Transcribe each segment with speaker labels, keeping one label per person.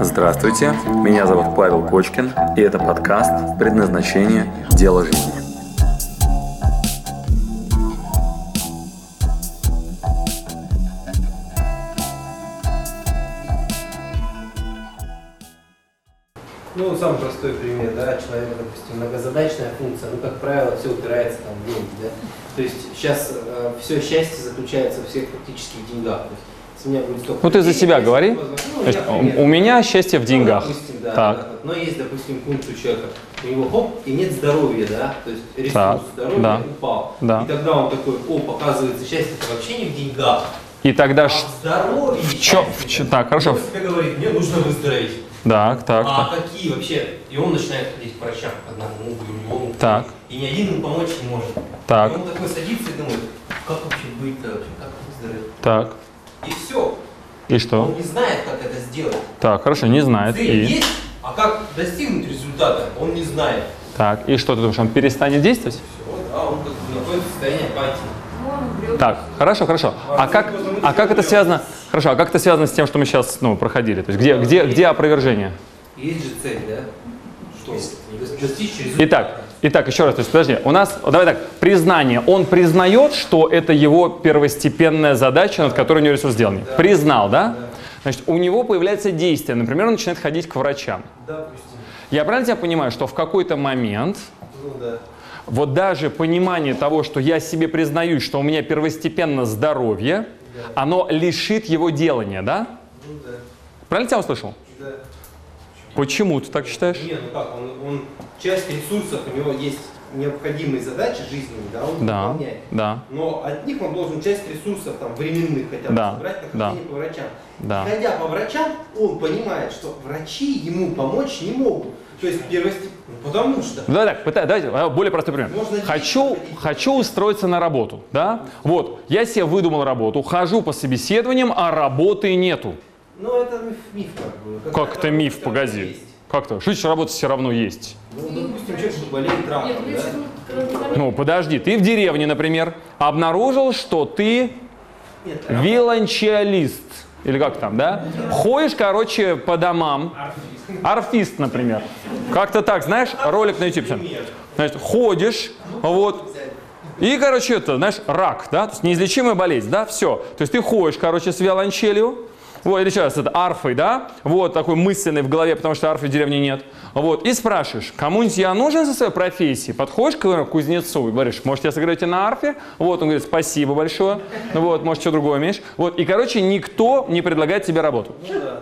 Speaker 1: Здравствуйте, меня зовут Павел Кочкин, и это подкаст «Предназначение. Дело жизни».
Speaker 2: Ну, самый простой пример, да, человек, допустим, многозадачная функция, ну, как правило, все упирается там в деньги, да. То есть сейчас э, все счастье заключается во всех фактических деньгах. То есть, если у меня будет столько
Speaker 3: Ну, ты за
Speaker 2: денег,
Speaker 3: себя
Speaker 2: я себе
Speaker 3: говори.
Speaker 2: позволю. Ну,
Speaker 3: То есть,
Speaker 2: я,
Speaker 3: у,
Speaker 2: пример.
Speaker 3: у меня счастье в деньгах.
Speaker 2: Ну, допустим, да,
Speaker 3: Так.
Speaker 2: да, да. Но есть, допустим, функция у человека, у него хоп, и нет здоровья, да, то есть ресурс
Speaker 3: Так,
Speaker 2: здоровья
Speaker 3: да.
Speaker 2: упал.
Speaker 3: Да.
Speaker 2: И тогда он такой, о, оказывается, счастье это вообще не в деньгах,
Speaker 3: И тогда
Speaker 2: а
Speaker 3: ш-
Speaker 2: в здоровье.
Speaker 3: Э, в чем? Так, хорошо. в-
Speaker 2: Как говорит, мне нужно выздороветь.
Speaker 3: Так, так,
Speaker 2: а
Speaker 3: так.
Speaker 2: какие вообще? И он начинает ходить к врачам, к одному, к другому.
Speaker 3: Так.
Speaker 2: И ни один ему помочь не может.
Speaker 3: Так.
Speaker 2: И он такой садится и думает, как вообще быть-то вообще, как выздороветь?
Speaker 3: Так.
Speaker 2: И все.
Speaker 3: И что?
Speaker 2: Он не знает, как это сделать.
Speaker 3: Так, хорошо, не знает.
Speaker 2: Цель
Speaker 3: И.
Speaker 2: есть, а как достигнуть результата, он не знает.
Speaker 3: Так. И что ты думаешь, он перестанет действовать?
Speaker 2: Все, да, он как бы находится в состоянии апатии.
Speaker 3: Так, хорошо, хорошо. А как, а как это связано? Хорошо, а как это связано с тем, что мы сейчас ну, проходили? То есть где, где, где опровержение?
Speaker 2: Есть же цель, да? Что? Достичь результата.
Speaker 3: Итак, итак, еще раз, то есть, подожди, у нас, давай так, признание. Он признает, что это его первостепенная задача, над которой у него ресурс сделан. Признал, да? Значит, у него появляется действие. Например, он начинает ходить к врачам.
Speaker 2: Допустим.
Speaker 3: Я правильно тебя понимаю, что в какой-то момент
Speaker 2: Ну да.
Speaker 3: вот даже понимание того, что я себе признаюсь, что у меня первостепенно здоровье, оно лишит его делания, да?
Speaker 2: Ну да.
Speaker 3: Правильно тебя услышал?
Speaker 2: Да.
Speaker 3: Почему ты так считаешь?
Speaker 2: Не, ну как, он, он часть ресурсов, у него есть необходимые задачи жизненные, да, он
Speaker 3: Да,
Speaker 2: выполняет.
Speaker 3: да,
Speaker 2: Но от них он должен часть ресурсов, там, временных хотя бы,
Speaker 3: Да,
Speaker 2: собрать на
Speaker 3: да.
Speaker 2: хождение по врачам.
Speaker 3: да.
Speaker 2: Ходя по врачам, он понимает, что врачи ему помочь не могут. То есть первости... Ну, потому что...
Speaker 3: Ну, Давай так, пыта- давайте а, более простой пример.
Speaker 2: Можно
Speaker 3: Хочу,
Speaker 2: лично ходить.
Speaker 3: хочу устроиться на работу, да? Вот, я себе выдумал работу, хожу по собеседованиям, а работы нету.
Speaker 2: Ну, это миф, миф как бы.
Speaker 3: Как это миф,
Speaker 2: Как
Speaker 3: погоди.
Speaker 2: есть.
Speaker 3: Как то? Что еще работа все равно есть?
Speaker 2: Ну, допустим, человек болеет раком, да?
Speaker 3: Ну, подожди, ты в деревне, например, обнаружил, что ты
Speaker 2: Нет, рак.
Speaker 3: виолончелист. Или как там, да? Ходишь, короче, по домам. Арфист, например. Как-то так, знаешь, ролик на YouTube.
Speaker 2: Пример.
Speaker 3: Значит, ходишь, вот, и, короче, это, знаешь, рак, да, то есть неизлечимая болезнь, да, все. То есть ты ходишь, короче, с виолончелью, вот, или сейчас это арфой, да, вот, такой мысленный в голове, потому что арфы в деревне нет, вот, и спрашиваешь, кому-нибудь я нужен со своей профессией? Подходишь к например, кузнецу и говоришь, может, я сыграю тебе на арфе? Вот, он говорит, спасибо большое, Ну вот, может, что другое умеешь? Вот, и, короче, никто не предлагает тебе работу.
Speaker 2: Ну, да, да.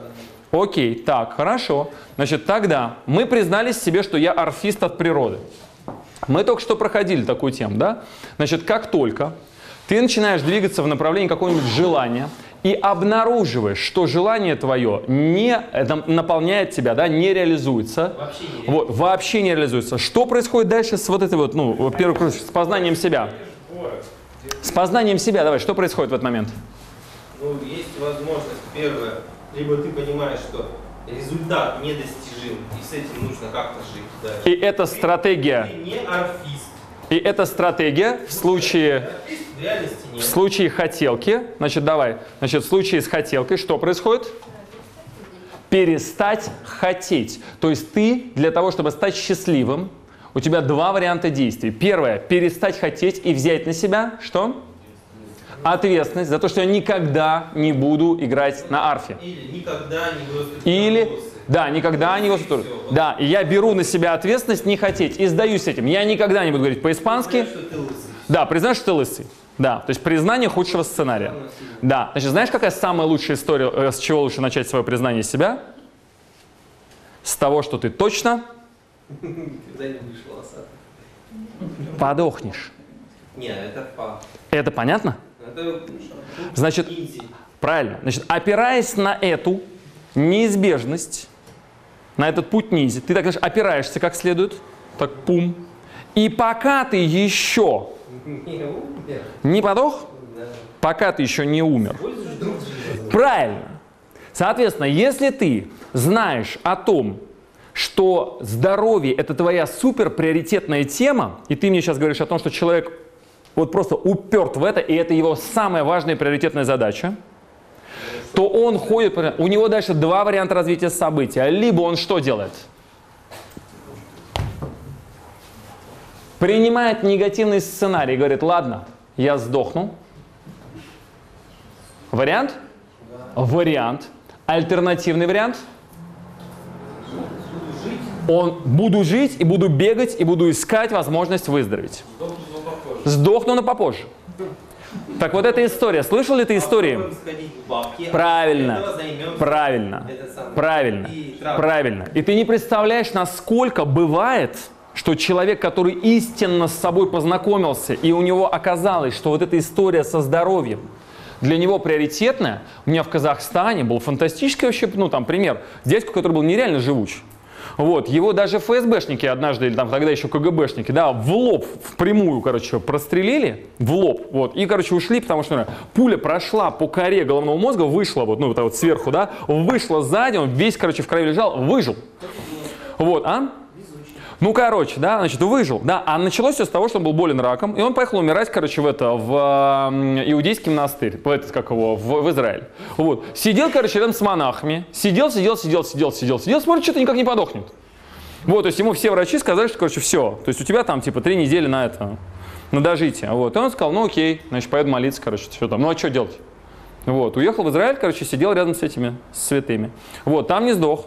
Speaker 3: Окей, так, хорошо. Значит, тогда мы признались себе, что я орфист от природы. Мы только что проходили такую тему, да? Значит, как только ты начинаешь двигаться в направлении какого-нибудь желания и обнаруживаешь, что желание твое не э, там, наполняет тебя, да, не реализуется,
Speaker 2: Вообще не
Speaker 3: вот, вообще не реализуется. Что происходит дальше с вот этой вот, ну, первый круг, с познанием себя? С познанием себя, давай, что происходит в этот момент?
Speaker 2: Ну, есть возможность, первое, либо ты понимаешь, что результат недостижим, и с этим нужно как-то жить дальше.
Speaker 3: И это стратегия
Speaker 2: Ты не орфист.
Speaker 3: И эта стратегия в случае,
Speaker 2: Орфист в реальности
Speaker 3: в
Speaker 2: нет.
Speaker 3: случае хотелки, значит, давай, значит, в случае с хотелкой что происходит? Перестать хотеть. То есть ты для того, чтобы стать счастливым, у тебя два варианта действий. Первое – перестать хотеть и взять на себя что? Ответственность за то, что я никогда не буду играть на арфе.
Speaker 2: Или никогда не вырастут
Speaker 3: Или,
Speaker 2: волосы.
Speaker 3: да, никогда
Speaker 2: И
Speaker 3: не его
Speaker 2: всё.
Speaker 3: Да, и я беру на себя ответственность не хотеть и сдаюсь этим. Я никогда не буду говорить по-испански,
Speaker 2: Знаешь, что ты лысый.
Speaker 3: да, признаешь, что ты лысый. Да, то есть признание худшего сценария. Да, значит, знаешь, какая самая лучшая история, э, с чего лучше начать свое признание себя? С того, что ты точно
Speaker 2: Никогда не будешь волосатый.
Speaker 3: подохнешь.
Speaker 2: Не, это фа.
Speaker 3: Это понятно?
Speaker 2: Это
Speaker 3: Значит,
Speaker 2: инди.
Speaker 3: правильно. Значит, опираясь на эту неизбежность, на этот путь низи, ты так знаешь, опираешься как следует, так пум. И пока ты еще
Speaker 2: Не умер.
Speaker 3: не подох,
Speaker 2: Да.
Speaker 3: пока ты еще не умер,
Speaker 2: Пользуешь другие.
Speaker 3: Правильно. Соответственно, если ты знаешь о том, что здоровье – это твоя супер приоритетная тема, и ты мне сейчас говоришь о том, что человек вот просто уперт в это, и это его самая важная приоритетная задача, то он ходит, по- у него дальше два варианта развития события. Либо он что делает? Принимает негативный сценарий, и говорит, ладно, я сдохну. Вариант? Вариант. Альтернативный вариант? Он буду жить и буду бегать и буду искать возможность выздороветь. Сдохну, но попозже. Так вот эта история. Слышал ли ты истории?
Speaker 2: Попробуем сходить в бабки, а
Speaker 3: Правильно.
Speaker 2: этого займемся.
Speaker 3: Правильно.
Speaker 2: Это самое.
Speaker 3: Правильно.
Speaker 2: И травма.
Speaker 3: Правильно. И ты не представляешь, насколько бывает, что человек, который истинно с собой познакомился, и у него оказалось, что вот эта история со здоровьем для него приоритетная. У меня в Казахстане был фантастический вообще, ну там пример, дядьку, который был нереально живуч. Вот, его даже ФСБшники однажды, или там тогда еще КГБшники, да, в лоб, впрямую, короче, прострелили, в лоб, вот, и, короче, ушли, потому что наверное, пуля прошла по коре головного мозга, вышла вот, ну, вот так вот сверху, да, вышла сзади, он весь, короче, в крови лежал, выжил. Вот, а? Ну, короче, да, значит, выжил. Да, а началось все с того, что он был болен раком, и он поехал умирать, короче, в это, в эм, иудейский монастырь, в этот, как его, в, в Израиль. Вот. Сидел, короче, рядом с монахами. Сидел, сидел, сидел, сидел, сидел, сидел, смотрит, что-то никак не подохнет. Вот, то есть ему все врачи сказали, что, короче, все. То есть у тебя там, типа, три недели на это, на дожитие. Вот. И он сказал, ну, окей, значит, поеду молиться, короче, что там. Ну, а что делать? Вот, уехал в Израиль, короче, сидел рядом с этими с святыми. Вот, там не сдох.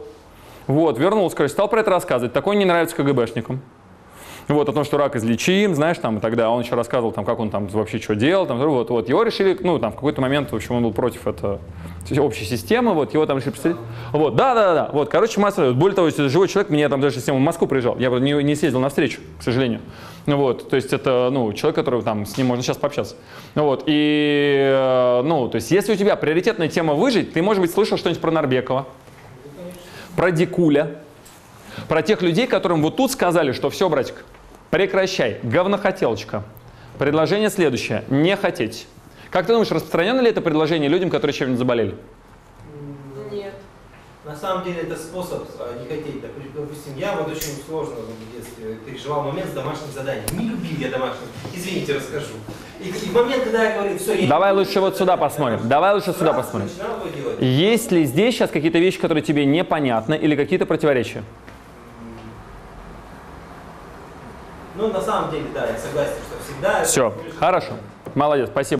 Speaker 3: Вот, вернулся, короче, стал про это рассказывать. Такое не нравится КГБшникам. Вот, о том, что рак излечим, знаешь, там, и тогда он еще рассказывал, там, как он там вообще что делал, там, вот, вот. Его решили, ну, там, в какой-то момент, в общем, он был против это, общей системы, вот, его там решили представить. Вот, да, да, да, да. вот, короче, масса, вот, более того, если живой человек, меня там даже, если он в Москву приезжал, я правда, не, не съездил на встречу, к сожалению. Ну, Вот, то есть это, ну, человек, который там, с ним можно сейчас пообщаться. Ну, Вот, и, э, ну, то есть если у тебя приоритетная тема выжить, ты, может быть, слышал что-нибудь про Нарбекова, про Дикуля, про тех людей, которым вот тут сказали, что все, братик, прекращай, говнохотелочка. Предложение следующее, не хотеть. Как ты думаешь, распространено ли это предложение людям, которые чем-нибудь заболели?
Speaker 4: Нет.
Speaker 2: На самом деле это способ а, не хотеть. Допу- Допустим, я вот очень сложно в детстве переживал момент с домашним заданием. Не любил я домашних. Извините, расскажу. И, и в момент, когда я говорю, все, я...
Speaker 3: Давай лучше вот сюда посмотрим, давай лучше сюда
Speaker 2: Раз,
Speaker 3: посмотрим.
Speaker 2: Начинал его делать.
Speaker 3: Есть ли здесь сейчас какие-то вещи, которые тебе непонятны или какие-то противоречия?
Speaker 2: Ну, на самом деле, да, я согласен, что всегда...
Speaker 3: Все, хорошо. Молодец, спасибо.